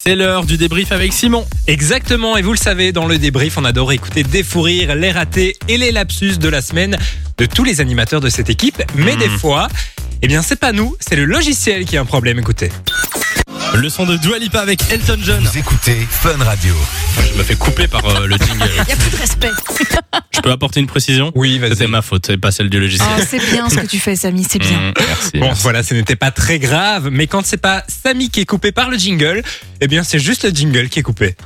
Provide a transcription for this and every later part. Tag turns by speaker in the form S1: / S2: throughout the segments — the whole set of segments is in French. S1: C'est l'heure du débrief avec Simon.
S2: Exactement, et vous le savez, dans le débrief, on adore écouter des fous rires, les ratés et les lapsus de la semaine de tous les animateurs de cette équipe. Mais des fois, eh bien, c'est pas nous, c'est le logiciel qui a un problème. Écoutez.
S1: Le son de Dua Lipa avec Elton John.
S3: Vous écoutez Fun Radio.
S4: Je me fais couper par euh, le jingle.
S5: Il n'y a plus de respect.
S4: Je peux apporter une précision
S2: Oui,
S4: C'était ma faute et pas celle du logiciel.
S5: Ah, c'est bien ce que tu fais, Samy, c'est bien.
S4: Mmh, merci.
S2: Bon, voilà, ce n'était pas très grave, mais quand c'est pas Samy qui est coupé par le jingle, eh bien, c'est juste le jingle qui est coupé.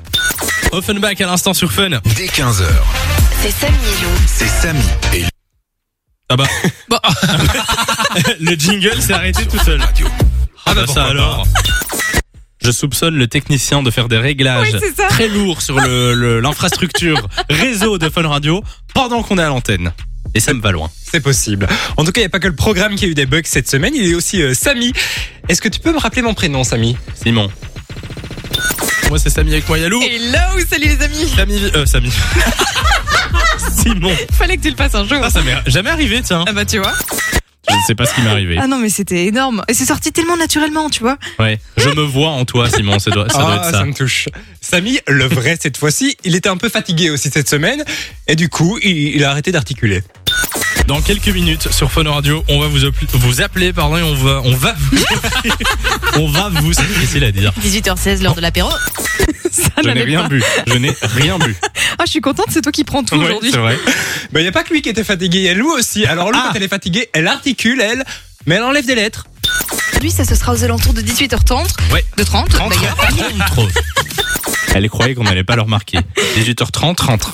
S1: Offenbach à l'instant sur Fun.
S3: Dès 15h,
S6: C'est Samy et Lou.
S3: c'est Samy et
S4: Ah bah. le jingle s'est arrêté tout seul.
S3: Radio.
S4: Ah bah,
S1: pourquoi
S4: ça alors. Je soupçonne le technicien de faire des réglages
S5: Oui, c'est ça.
S4: très lourds sur le- le- l'infrastructure réseau de Fun Radio pendant qu'on est à l'antenne. Et ça me va loin.
S2: C'est possible. En tout cas, il n'y a pas que le programme qui a eu des bugs cette semaine, il y a aussi euh, Samy. Est-ce que tu peux me rappeler mon prénom, Samy
S4: Simon. Moi c'est Samy avec moi Yalou.
S5: Hello, salut les amis.
S4: Samy. Euh, Samy. Simon.
S5: Fallait que tu le passes un jour.
S4: Ah, ça m'est jamais arrivé, tiens.
S5: Ah bah tu vois.
S4: Je ne sais pas ce qui m'est arrivé.
S5: Ah non, mais c'était énorme. Et c'est sorti tellement naturellement, tu vois.
S4: Ouais. Je me vois en toi, Simon. Ça doit, ça doit
S2: Ah,
S4: être ça.
S2: me touche. Samy, le vrai cette fois-ci, il était un peu fatigué aussi cette semaine, et du coup, il, il a arrêté d'articuler.
S4: Dans quelques minutes sur Fun Radio, on va vous, appel- vous appeler, pardon, et on va, on va vous, on va vous, c'est difficile à dire.
S6: 18h16, l'heure de l'apéro.
S5: Ça
S4: Je n'ai
S5: n'allait
S4: rien
S5: Ah, pas.
S4: bu. Je n'ai rien bu.
S5: Ah, je suis contente, c'est toi qui prends tout
S4: Ouais,
S5: aujourd'hui.
S4: c'est vrai.
S2: Mais il n'y a pas que lui qui était fatigué, il y a Lou aussi. Alors Lou,
S4: Ah.
S2: quand elle est fatiguée, elle articule, elle, mais elle enlève des lettres.
S5: Aujourd'hui, ça se sera aux alentours de 18h30.
S4: Ouais.
S5: De 30,
S4: Entre,
S5: d'ailleurs.
S4: entre. Elle croyait qu'on n'allait pas le remarquer. 18h30, rentre.